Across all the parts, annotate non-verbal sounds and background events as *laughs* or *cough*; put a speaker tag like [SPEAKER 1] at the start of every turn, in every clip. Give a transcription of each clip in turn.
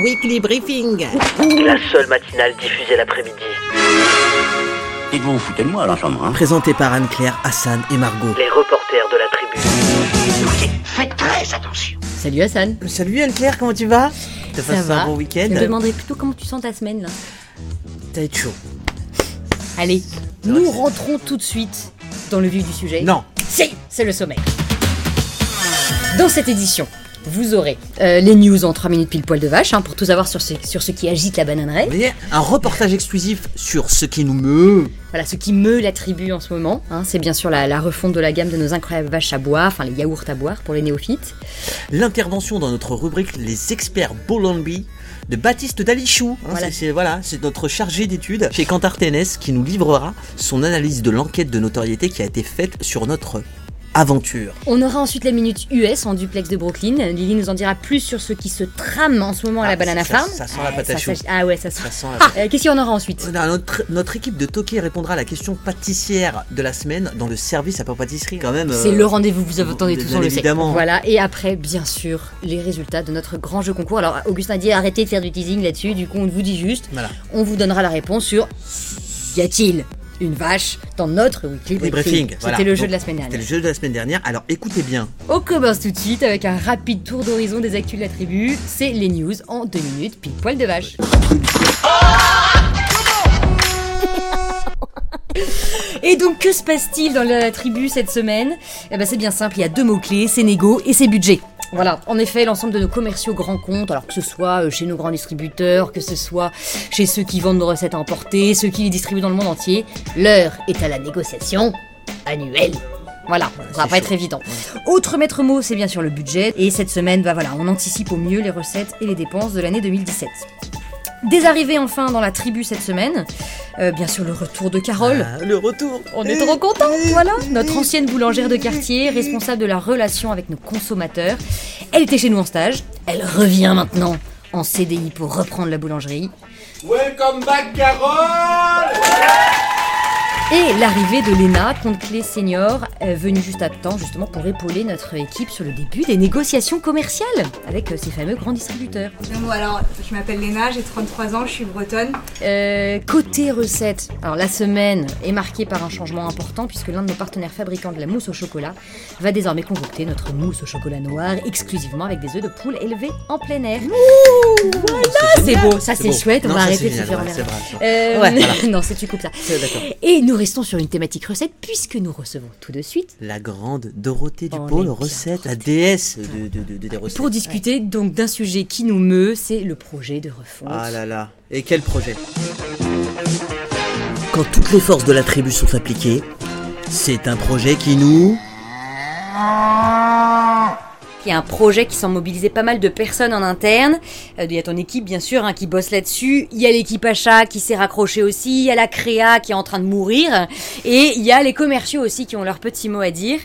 [SPEAKER 1] Weekly Briefing.
[SPEAKER 2] La seule matinale diffusée l'après-midi.
[SPEAKER 3] Dites-vous, vous foutez de moi, hein. là, Sandra.
[SPEAKER 1] Présenté par Anne-Claire, Hassan et Margot.
[SPEAKER 2] Les reporters de la tribu.
[SPEAKER 3] Faites très attention.
[SPEAKER 4] Salut Hassan.
[SPEAKER 1] Euh, Salut Anne-Claire, comment tu vas Te
[SPEAKER 4] Ça
[SPEAKER 1] passe
[SPEAKER 4] va
[SPEAKER 1] un bon week-end
[SPEAKER 4] Je me demanderais plutôt comment tu sens ta semaine là.
[SPEAKER 1] T'as été chaud.
[SPEAKER 4] Allez, nous rentrons tout de suite dans le vif du sujet.
[SPEAKER 1] Non.
[SPEAKER 4] Si, c'est le sommeil. Dans cette édition, vous aurez euh, les news en 3 minutes pile poil de vache hein, pour tout savoir sur ce, sur ce qui agite la bananeraie.
[SPEAKER 1] Mais un reportage exclusif sur ce qui nous meut.
[SPEAKER 4] Voilà, ce qui meut la tribu en ce moment, hein, c'est bien sûr la, la refonte de la gamme de nos incroyables vaches à boire, enfin les yaourts à boire pour les néophytes.
[SPEAKER 1] L'intervention dans notre rubrique Les experts Bolombi de Baptiste Dalichou. Hein,
[SPEAKER 4] Voilà.
[SPEAKER 1] c'est- C'est voilà, c'est notre chargé d'études chez Cantar TNS qui nous livrera son analyse de l'enquête de notoriété qui a été faite sur notre aventure.
[SPEAKER 4] On aura ensuite la minute US en duplex de Brooklyn. Lily nous en dira plus sur ce qui se trame en ce moment à
[SPEAKER 1] Ah,
[SPEAKER 4] la Banana
[SPEAKER 1] ça-
[SPEAKER 4] Farm.
[SPEAKER 1] ça sent la
[SPEAKER 4] Euh,
[SPEAKER 1] patate chou.
[SPEAKER 4] ça- Ah ouais, ça sent.
[SPEAKER 1] Ça sent la-
[SPEAKER 4] Euh, Qu'est-ce qu'il y en aura ensuite
[SPEAKER 1] Non, Notre, notre équipe de Toki répondra à la question pâtissière de la semaine dans le service à pain pâtisserie. Quand même. euh,
[SPEAKER 4] C'est le rendez-vous, vous attendez
[SPEAKER 1] bien
[SPEAKER 4] tous, on le sait.
[SPEAKER 1] évidemment.
[SPEAKER 4] Voilà, et après, bien sûr, les résultats de notre grand jeu concours. Alors, Augustin a dit arrêtez de faire du teasing là-dessus, du coup, on vous dit juste,
[SPEAKER 1] Voilà.
[SPEAKER 4] on vous donnera la réponse sur y a-t-il une vache dans notre weekly briefing.
[SPEAKER 1] Les briefings.
[SPEAKER 4] C'était
[SPEAKER 1] voilà.
[SPEAKER 4] le jeu
[SPEAKER 1] Donc,
[SPEAKER 4] de la semaine
[SPEAKER 1] C'était
[SPEAKER 4] dernière.
[SPEAKER 1] le jeu de la semaine dernière. Alors écoutez bien.
[SPEAKER 4] On commence tout de suite avec un rapide tour d'horizon des actus de la tribu. C'est les news en deux minutes, pile poil de vache. Et donc, que se passe-t-il dans la tribu cette semaine Eh ben, c'est bien simple, il y a deux mots-clés, c'est négo et c'est budget. Voilà, en effet, l'ensemble de nos commerciaux grands comptes, alors que ce soit euh, chez nos grands distributeurs, que ce soit chez ceux qui vendent nos recettes à emporter, ceux qui les distribuent dans le monde entier, l'heure est à la négociation annuelle. Voilà, ça va
[SPEAKER 1] c'est
[SPEAKER 4] pas être
[SPEAKER 1] chaud.
[SPEAKER 4] évident. Autre maître mot, c'est bien sûr le budget. Et cette semaine, bah voilà, on anticipe au mieux les recettes et les dépenses de l'année 2017. Des arrivées enfin dans la tribu cette semaine. Euh, bien sûr, le retour de Carole.
[SPEAKER 1] Ah, le retour.
[SPEAKER 4] On est
[SPEAKER 1] Eh,
[SPEAKER 4] trop contents, voilà. Notre ancienne boulangère de quartier, responsable de la relation avec nos consommateurs. Elle était chez nous en stage. Elle revient maintenant en CDI pour reprendre la boulangerie.
[SPEAKER 5] Welcome back, Carole
[SPEAKER 4] Et l'arrivée de Léna, compte-clé senior, euh, venue juste à temps justement pour épauler notre équipe sur le début des négociations commerciales avec euh, ces fameux grands distributeurs.
[SPEAKER 6] Deux mots, alors, je m'appelle Léna, j'ai 33 ans, je suis bretonne.
[SPEAKER 4] Euh, côté recettes, alors la semaine est marquée par un changement important puisque l'un de nos partenaires fabricants de la mousse au chocolat va désormais concocter notre mousse au chocolat noir exclusivement avec des œufs de poule élevés en plein air. c'est beau, ça Ah, c'est
[SPEAKER 1] beau.
[SPEAKER 4] chouette, on
[SPEAKER 1] Non,
[SPEAKER 4] va
[SPEAKER 1] ça,
[SPEAKER 4] arrêter
[SPEAKER 1] c'est
[SPEAKER 4] de se
[SPEAKER 1] génial,
[SPEAKER 4] faire
[SPEAKER 1] ouais,
[SPEAKER 4] emmerder.
[SPEAKER 1] C'est vrai. c'est vrai.
[SPEAKER 4] Euh,
[SPEAKER 1] Ouais,
[SPEAKER 4] *laughs*
[SPEAKER 1] voilà.
[SPEAKER 4] non, c'est tu coupes ça.
[SPEAKER 1] C'est- D'accord.
[SPEAKER 4] Et nous restons sur une thématique recette puisque nous recevons tout de suite
[SPEAKER 1] La grande Dorothée
[SPEAKER 4] Oh,
[SPEAKER 1] Dupont,
[SPEAKER 4] les
[SPEAKER 1] recette, la déesse de, de- de- de- des recettes.
[SPEAKER 4] pour discuter donc d'un sujet qui nous meut, c'est le projet de refonte.
[SPEAKER 1] Ah là là, et quel projet Quand toutes les forces de la tribu sont appliquées, c'est un projet qui nous...
[SPEAKER 4] Il y a un projet qui s'en mobilisait pas mal de personnes en interne. Euh, Il y a ton équipe, bien sûr, hein, qui bosse là-dessus. Il y a l'équipe achat qui s'est raccrochée aussi. Il y a la créa qui est en train de mourir. Et il y a les commerciaux aussi qui ont leur petit mot à dire.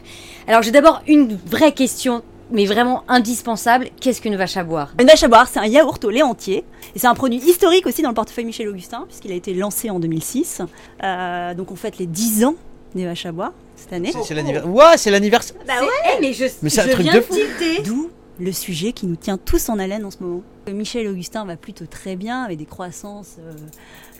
[SPEAKER 4] Alors, j'ai d'abord une vraie question, mais vraiment indispensable. Qu'est-ce qu'une vache à boire
[SPEAKER 7] Une vache à boire, c'est un yaourt au lait entier. Et c'est un produit historique aussi dans le portefeuille Michel Augustin, puisqu'il a été lancé en 2006. Euh, donc on fête les 10 ans des vaches à boire cette année.
[SPEAKER 1] C'est l'anniversaire. Ouah, c'est l'anniversaire
[SPEAKER 4] Bah ouais, mais je,
[SPEAKER 1] Mais c'est un
[SPEAKER 4] je
[SPEAKER 1] truc
[SPEAKER 4] viens
[SPEAKER 1] de
[SPEAKER 4] de
[SPEAKER 1] fou.
[SPEAKER 4] tilter.
[SPEAKER 7] D'où le sujet qui nous tient tous en haleine en ce moment. Michel Augustin va plutôt très bien avec des croissances euh,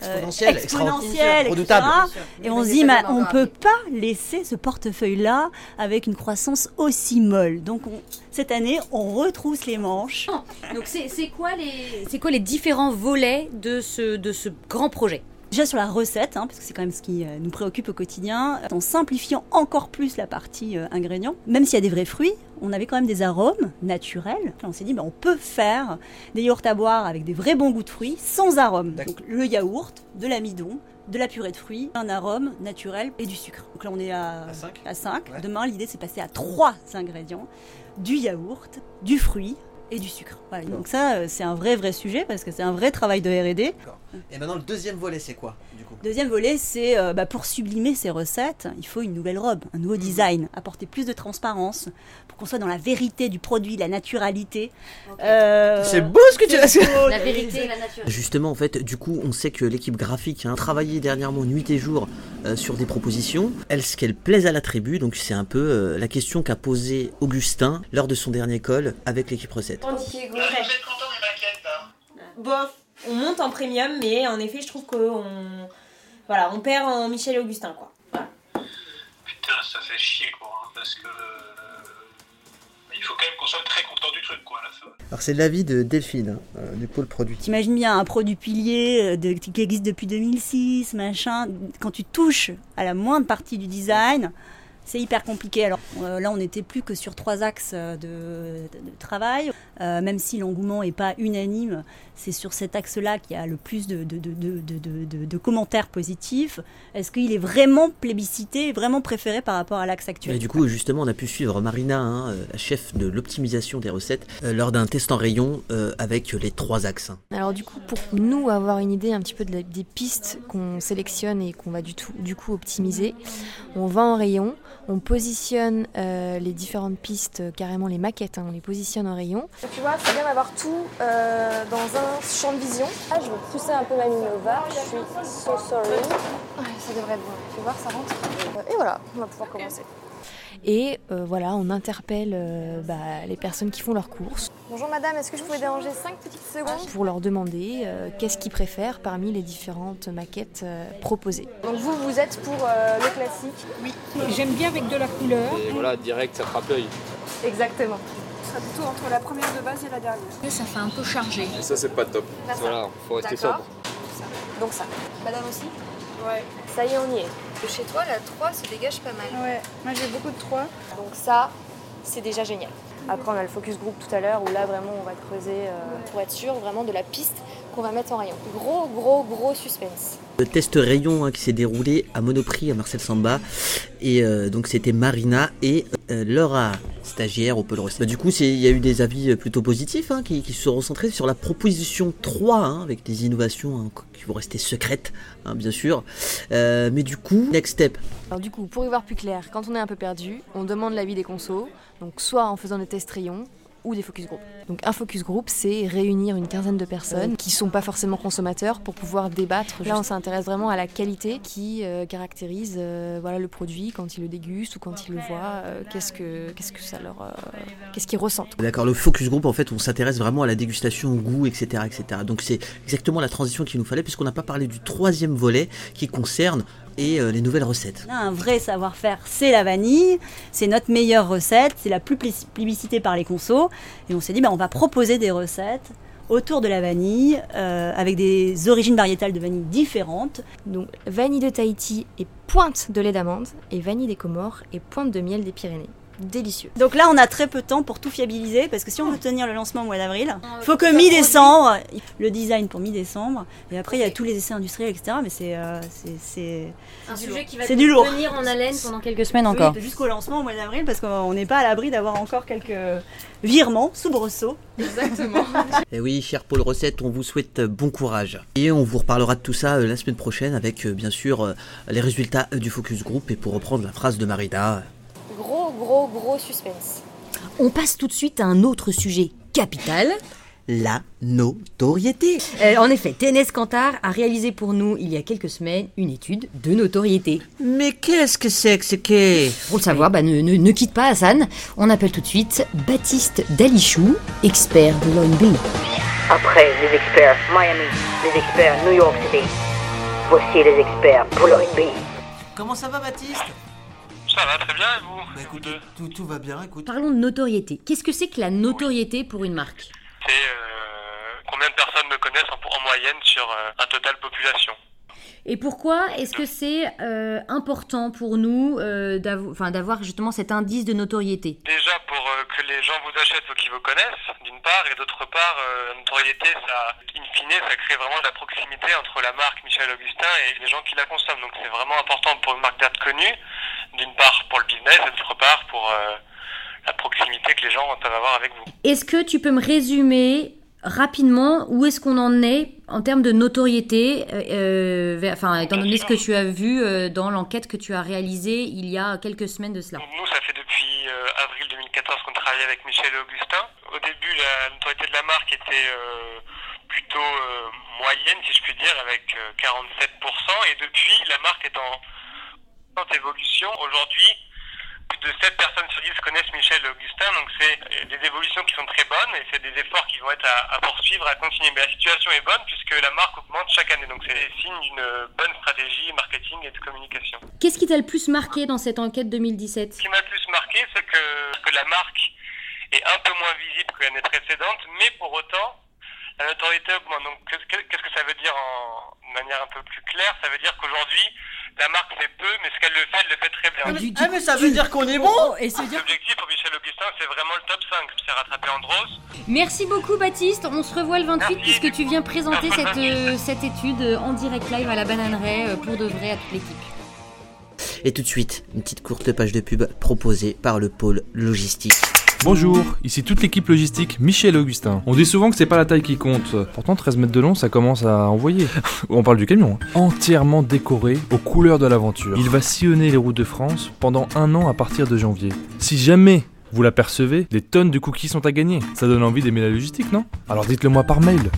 [SPEAKER 7] euh,
[SPEAKER 1] Exponentielles,
[SPEAKER 7] exponentielles,
[SPEAKER 1] redoutables.
[SPEAKER 7] etc. Et on se dit,
[SPEAKER 4] Mais
[SPEAKER 7] mais
[SPEAKER 4] ça donne
[SPEAKER 7] on
[SPEAKER 4] encore
[SPEAKER 7] peut pas laisser ce portefeuille-là avec une croissance aussi molle. Donc on- cette année, on retrousse les manches.
[SPEAKER 4] Donc, c'est c'est quoi, les- c'est quoi les différents volets de ce, de ce grand projet
[SPEAKER 7] Déjà sur la recette, hein, parce que c'est quand même ce qui euh, nous préoccupe au quotidien, en simplifiant encore plus la partie euh, ingrédients. Même s'il y a des vrais fruits, on avait quand même des arômes naturels. On s'est dit, bah, on peut faire des yaourts à boire avec des vrais bons goûts de fruits sans arômes.
[SPEAKER 1] D'accord.
[SPEAKER 7] Donc le yaourt, de l'amidon, de la purée de fruits, un arôme naturel et du sucre. Donc là on est à,
[SPEAKER 5] À cinq
[SPEAKER 7] à cinq.
[SPEAKER 5] Ouais.
[SPEAKER 7] Demain l'idée c'est de passer à trois ingrédients, du yaourt, du fruit et du sucre. Voilà. Donc ça euh, c'est un vrai vrai sujet parce que c'est un vrai travail de R&D.
[SPEAKER 1] Et maintenant, le deuxième volet, c'est quoi du coup
[SPEAKER 7] Deuxième volet, c'est euh, bah, pour sublimer ces recettes, il faut une nouvelle robe, un nouveau design, apporter plus de transparence pour qu'on soit dans la vérité du produit, la naturalité. Euh,
[SPEAKER 1] C'est beau ce que tu as
[SPEAKER 7] beau,
[SPEAKER 4] La vérité et la nature.
[SPEAKER 1] Justement, en fait, du coup, on sait que l'équipe graphique a travaillé dernièrement nuit et jour euh, sur des propositions. Est-ce qu'elle plaise à la tribu Donc, c'est un peu euh, la question qu'a posée Augustin lors de son dernier call avec l'équipe recette.
[SPEAKER 8] Vous êtes content des maquettes là bof, on monte en premium, mais en effet, je trouve qu'on voilà, on perd en Michel et Augustin, quoi. Voilà.
[SPEAKER 9] Putain, ça fait chier, quoi. hein, parce que. euh, il faut quand même qu'on soit très content du truc, quoi, à la fin.
[SPEAKER 1] Alors c'est l'avis de Delphine, hein, euh, du pôle produit.
[SPEAKER 7] T'imagines bien un produit pilier euh, de- qui existe depuis 2006, machin. Quand tu touches à la moindre partie du design, c'est hyper compliqué. Alors euh, là, on n'était plus que sur trois axes euh, de, de- de travail. Euh, même si l'engouement n'est pas unanime, c'est sur cet axe-là qu'il y a le plus de, de- de- de- de- de- de- de commentaires positifs. Est-ce qu'il est vraiment plébiscité, et vraiment préféré par rapport à l'axe actuel
[SPEAKER 1] Et du coup, justement, on a pu suivre Marina, hein, euh, la chef de l'optimisation des recettes, euh, lors d'un test en rayon euh, avec les trois axes. hein.
[SPEAKER 10] Alors du coup, pour nous avoir une idée un petit peu de la- des pistes qu'on sélectionne et qu'on va du, tout, du coup optimiser, on va en rayon, on positionne euh, les différentes pistes, euh, carrément les maquettes, hein, on les positionne en rayon.
[SPEAKER 11] Tu vois, c'est bien d'avoir tout euh, dans un champ de vision. Là, je veux pousser un peu ma mine over. Je suis so sorry. Ouais, ça devrait être bon. Tu voir, ça rentre. Euh, Et voilà, on va pouvoir commencer.
[SPEAKER 10] Et euh, voilà, on interpelle euh, bah, les personnes qui font leurs courses
[SPEAKER 11] Bonjour madame, est-ce que je pouvais déranger 5 petites secondes
[SPEAKER 10] pour leur demander euh, qu'est-ce qu'ils préfèrent parmi les différentes maquettes euh, proposées.
[SPEAKER 11] Donc vous, vous êtes pour euh, le classique Oui. J'aime bien avec de la couleur.
[SPEAKER 12] Et voilà, direct, ça frappe l'œil.
[SPEAKER 11] Exactement. Ce sera plutôt entre la première de base et la dernière. Ça fait un peu chargé.
[SPEAKER 12] Et ça, c'est pas top.
[SPEAKER 11] Là, ça.
[SPEAKER 12] Voilà, faut rester
[SPEAKER 11] D'accord.
[SPEAKER 12] sobre.
[SPEAKER 11] Donc ça. Madame aussi Ouais. Ça y est, on y est. Chez toi, la 3 se dégage pas mal. Ouais, moi j'ai beaucoup de 3. Donc ça, c'est déjà génial. Après, on a le focus group tout à l'heure où là, vraiment, on va creuser euh, pour être sûr vraiment de la piste qu'on va mettre en rayon. Gros, gros, gros suspense.
[SPEAKER 1] Le test rayon hein, qui s'est déroulé à Monoprix à Marcel Samba. Et euh, donc c'était Marina et euh, Laura, stagiaire au Pôle Recette. Bah, du coup, c'est- il y a eu des avis euh, plutôt positifs hein, qui, qui se sont recentrés sur la proposition 3, hein, avec des innovations hein, qui vont rester secrètes, hein, bien sûr. Euh, mais du coup, next step,
[SPEAKER 10] Alors du coup, pour y voir plus clair, quand on est un peu perdu, on demande l'avis des consos, donc soit en faisant des tests rayons ou des focus group. Donc un focus group, c'est réunir une quinzaine de personnes qui sont pas forcément consommateurs pour pouvoir débattre. Là, on s'intéresse vraiment à la qualité qui euh, caractérise euh, voilà le produit quand ils le dégustent ou quand ils le voient. euh, qu'est-ce que qu'est-ce que ça leur euh, qu'est-ce qu'ils ressentent.
[SPEAKER 1] D'accord, le focus group, en fait, on s'intéresse vraiment à la dégustation, au goût, etc. etc. Donc c'est exactement la transition qu'il nous fallait, puisqu'on n'a pas parlé du troisième volet qui concerne et, euh, les nouvelles recettes.
[SPEAKER 7] On a un vrai savoir-faire, c'est la vanille, c'est notre meilleure recette, c'est la plus plis- plébiscitée par les consos. Et on s'est dit, bah, on va proposer des recettes autour de la vanille, euh, avec des origines variétales de vanille différentes.
[SPEAKER 10] Donc vanille de Tahiti et pointe de lait d'amande et vanille des Comores et pointe de miel des Pyrénées. Délicieux.
[SPEAKER 7] Donc là, on a très peu de temps pour tout fiabiliser, parce que si on veut tenir le lancement au mois d'avril, faut que mi-décembre, le design pour mi-décembre, et après, il y a tous les essais industriels, etc. Mais c'est... euh, c'est- c'est-
[SPEAKER 4] Un sujet qui va
[SPEAKER 7] C'est du lourd.
[SPEAKER 4] tenir en haleine pendant quelques
[SPEAKER 7] Oui,
[SPEAKER 4] semaines encore.
[SPEAKER 7] Jusqu'au lancement au mois d'avril, parce qu'on n'est pas à l'abri d'avoir encore quelques virements, soubresauts.
[SPEAKER 4] *laughs*
[SPEAKER 1] Et Eh oui, cher Paul Recette, on vous souhaite euh, bon courage. Et on vous reparlera de tout ça euh, la semaine prochaine avec, euh, bien sûr, euh, les résultats euh, du focus group. Et pour reprendre la phrase de euh, Marina,
[SPEAKER 11] Gros, gros, gros suspense.
[SPEAKER 4] On passe tout de suite à un autre sujet capital.
[SPEAKER 1] la notoriété.
[SPEAKER 4] Euh, en effet, Ténès Cantar a réalisé pour nous, il y a quelques semaines, une étude de notoriété.
[SPEAKER 1] Mais qu'est-ce que c'est que c'est que...
[SPEAKER 4] Pour le savoir, bah, ne, ne- ne quitte pas Hassan. On appelle tout de suite Baptiste Dalichou, expert de l'ONB.
[SPEAKER 2] Après les experts Miami, les experts New York City, voici les experts pour le rugby.
[SPEAKER 1] Comment ça va, Baptiste
[SPEAKER 9] Ça va très bien, et vous
[SPEAKER 1] Bah écoute, tout, tout va bien, écoute.
[SPEAKER 4] Parlons de notoriété. Qu'est-ce que c'est que la notoriété pour une marque
[SPEAKER 9] C'est euh, combien de personnes me connaissent en, en moyenne sur euh, un total population
[SPEAKER 4] Et pourquoi est-ce que c'est euh, important pour nous euh, d'avo- enfin, d'avoir justement cet indice de notoriété
[SPEAKER 9] Déjà, pour euh, que les gens vous achètent, faut qu'ils vous connaissent, d'une part, et d'autre part, euh, la notoriété, ça, in fine, ça crée vraiment de la proximité entre la marque Michel Augustin et les gens qui la consomment. Donc c'est vraiment important pour une marque d'être connue, d'une part pour le business, et d'autre part pour euh, la proximité que les gens peuvent avoir avec vous.
[SPEAKER 4] Est-ce que tu peux me résumer rapidement où est-ce qu'on en est en termes de notoriété, euh, vers- enfin, étant donné ce que tu as vu euh, dans l'enquête que tu as réalisée il y a quelques semaines de cela
[SPEAKER 9] Donc, Nous, ça fait depuis euh, avril 2014 qu'on travaille avec Michel et Augustin. Au début, la notoriété de la marque était euh, plutôt euh, moyenne, si je puis dire, avec euh, 47%. Et depuis, la marque est en constante évolution. Aujourd'hui, plus de 7 personnes sur 10 connaissent Michel Augustin, donc c'est euh, des évolutions qui sont très bonnes et c'est des efforts qui vont être à, à poursuivre, à continuer. Mais la situation est bonne puisque la marque augmente chaque année, donc c'est signe d'une euh, bonne stratégie marketing et de communication.
[SPEAKER 4] Qu'est-ce qui t'a le plus marqué dans cette enquête 2017
[SPEAKER 9] Ce qui m'a le plus marqué, c'est que, que la marque est un peu moins visible que l'année précédente, mais pour autant, la notoriété augmente. Donc, qu'est-ce que- qu'est-ce que ça veut dire en de manière un peu plus claire Ça veut dire qu'aujourd'hui, la marque fait peu, mais ce qu'elle le fait, elle le fait très bien.
[SPEAKER 13] Ah, mais ça veut dire qu'on est bon
[SPEAKER 4] Oh, Et se dire
[SPEAKER 9] L'objectif pour Michel Augustin, c'est vraiment le top 5. C'est rattrapé Andros.
[SPEAKER 4] Merci beaucoup Baptiste, on se revoit le 28 puisque tu viens présenter cette, euh, cette étude euh, en direct live à la bananeraie euh, pour de vrai à toute l'équipe.
[SPEAKER 1] Et tout de suite, une petite courte page de pub proposée par le pôle logistique.
[SPEAKER 14] Bonjour, ici toute l'équipe logistique Michel Augustin. On dit souvent que c'est pas la taille qui compte. Pourtant 13 mètres de long, ça commence à envoyer. *laughs* On parle du camion. hein. Entièrement décoré aux couleurs de l'aventure. Il va sillonner les routes de France pendant un an à partir de janvier. Si jamais vous l'apercevez, des tonnes de cookies sont à gagner. Ça donne envie d'aimer la logistique, non Alors dites-le moi par mail.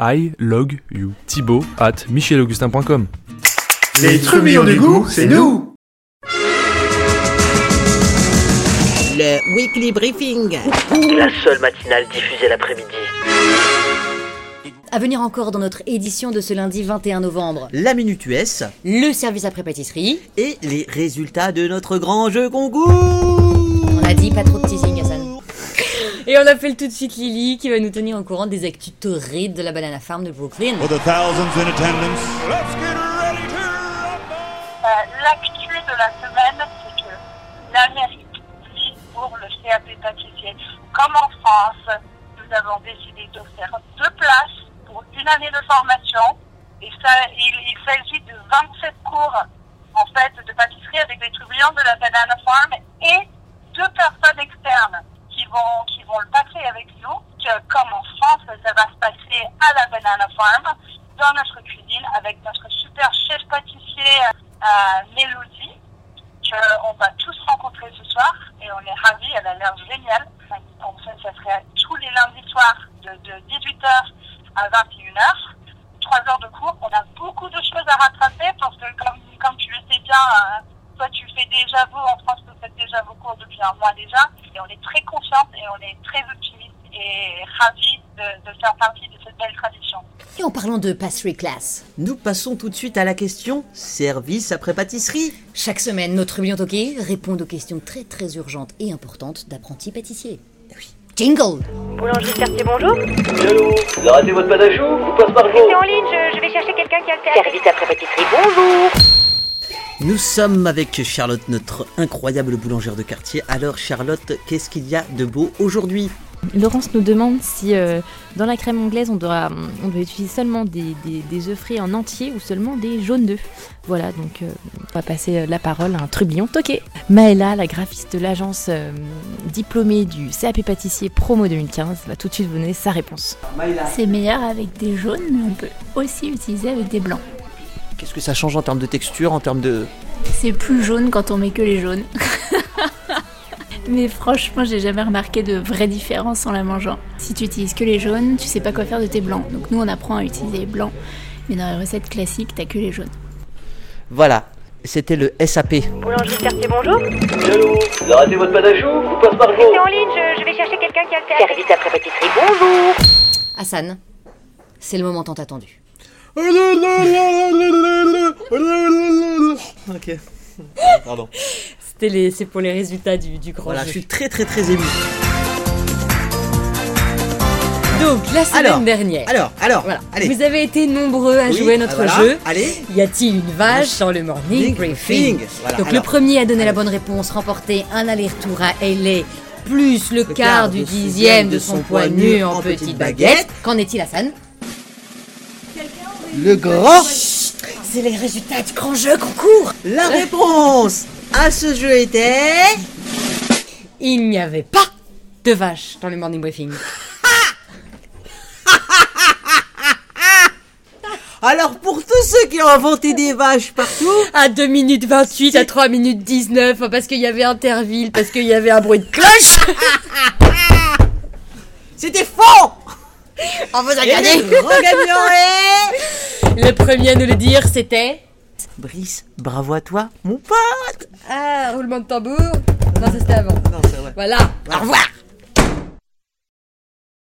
[SPEAKER 14] I log you. Thibaut at michelaugustin.com.
[SPEAKER 15] Les trublions du goût, c'est nous
[SPEAKER 1] Le weekly briefing. La seule matinale diffusée l'après-midi.
[SPEAKER 4] À venir encore dans notre édition de ce lundi 21 novembre.
[SPEAKER 1] La Minute US.
[SPEAKER 4] Le service après pâtisserie.
[SPEAKER 1] Et les résultats de notre grand jeu concours.
[SPEAKER 4] On a dit pas trop de teasing, *laughs* Hassan. Et on appelle tout de suite Lily qui va nous tenir au courant des actus torrides de la Banana Farm de Brooklyn.
[SPEAKER 16] For the thousands in attendance,
[SPEAKER 17] L'actu de la semaine, c'est que l'Amérique vit pour le CAP pâtissier. Comme en France, nous avons décidé de faire deux places pour une année de formation. Et ça, il, il s'agit de 27 cours en fait de pâtisserie avec des trublions de la Banana Farm et deux personnes externes qui vont qui vont le passer avec nous. Que, comme en France, ça va se passer à la Banana Farm dans notre cuisine avec notre super chef pâtissier euh, Mélodie. que on va tous rencontrer ce soir et on est ravis, elle a l'air géniale. Donc ça, ça serait tous les lundis soirs de, 18h à 21h. Trois heures de cours, on a beaucoup de choses à rattraper parce que comme, comme tu le sais bien, euh, toi tu fais déjà vos, en France vous faites déjà vos cours depuis un mois déjà, et on est très confiante et on est très optimiste et ravis de- de faire partie de cette belle tradition.
[SPEAKER 4] Et en parlant de passery class.
[SPEAKER 1] Nous passons tout de suite à la question service après pâtisserie.
[SPEAKER 4] Chaque semaine, nos trublions toqués répondent aux questions très très urgentes et importantes d'apprentis pâtissiers. Jingle
[SPEAKER 18] Boulanger de quartier, bonjour.
[SPEAKER 19] Vous raté votre pâte à choux Vous passe par le
[SPEAKER 18] Restez en ligne, je, je vais chercher quelqu'un qui a le théâtre. Service après pâtisserie, bonjour.
[SPEAKER 1] Nous sommes avec Charlotte, notre incroyable boulangère de quartier. Alors Charlotte, qu'est-ce qu'il y a de beau aujourd'hui
[SPEAKER 20] Laurence nous demande si euh, dans la crème anglaise on doit, on doit utiliser seulement des, des, des œufs frits en entier ou seulement des jaunes d'œufs. Voilà, donc euh, on va passer euh, la parole à un trublion toqué. Maëla, la graphiste de l'agence euh, diplômée du CAP pâtissier promo 2015, va tout de suite vous donner sa réponse.
[SPEAKER 21] C'est meilleur avec des jaunes, mais on peut aussi utiliser avec des blancs.
[SPEAKER 1] Qu'est-ce que ça change en termes de texture, en termes de...
[SPEAKER 21] C'est plus jaune quand on met que les
[SPEAKER 20] *laughs*
[SPEAKER 21] jaunes. mais franchement, j'ai jamais remarqué de vraie différence en la mangeant. Si tu utilises que les jaunes, tu sais pas quoi faire de tes blancs. Donc nous, on apprend à utiliser les blancs, mais dans les recettes classiques, t'as que les jaunes.
[SPEAKER 1] Voilà, c'était le SAP.
[SPEAKER 18] Boulanger de quartier, bonjour.
[SPEAKER 19] Vous raté votre pâte à choux Vous passe par le
[SPEAKER 18] Restez en ligne, je, je vais chercher quelqu'un qui a le théâtre. Service après pâtisserie, bonjour.
[SPEAKER 4] Hassan, c'est le moment tant attendu.
[SPEAKER 1] Ok. Pardon.
[SPEAKER 4] C'était les- c'est pour les résultats du, du grand
[SPEAKER 1] Voilà,
[SPEAKER 4] jeu.
[SPEAKER 1] je suis très très très ému.
[SPEAKER 4] Donc, la semaine
[SPEAKER 1] Alors,
[SPEAKER 4] dernière.
[SPEAKER 1] alors, alors,
[SPEAKER 4] Voilà.
[SPEAKER 1] allez.
[SPEAKER 4] Vous avez été nombreux à
[SPEAKER 1] Oui,
[SPEAKER 4] jouer à notre
[SPEAKER 1] voilà,
[SPEAKER 4] jeu.
[SPEAKER 1] allez.
[SPEAKER 4] Y a-t-il une vache dans le morning
[SPEAKER 1] Big
[SPEAKER 4] briefing
[SPEAKER 1] briefing. Voilà,
[SPEAKER 4] Donc,
[SPEAKER 1] alors.
[SPEAKER 4] le premier à donner la bonne réponse remportait un aller-retour à LA. Plus le, quart, du dixième de son poids nu en petite baguette. Qu'en est-il, Hassan
[SPEAKER 1] Le grand
[SPEAKER 4] C'est les résultats du grand jeu concours
[SPEAKER 1] La réponse à ce jeu était...
[SPEAKER 4] Il n'y avait pas de vache dans le morning briefing.
[SPEAKER 1] Alors pour tous ceux qui ont inventé des vaches partout...
[SPEAKER 4] À 2 minutes 28, à 3 minutes 19, hein, parce qu'il y avait Interville, parce qu'il y avait un bruit de cloche
[SPEAKER 1] C'était faux
[SPEAKER 4] On vous a
[SPEAKER 1] Et
[SPEAKER 4] gagné *laughs*
[SPEAKER 1] le grand gagnant
[SPEAKER 4] Le premier à nous le dire, c'était...
[SPEAKER 2] pote. Brice, bravo à toi, mon pote.
[SPEAKER 4] Ah, roulement de tambour. Non, ça, c'était avant. Voilà. Au revoir.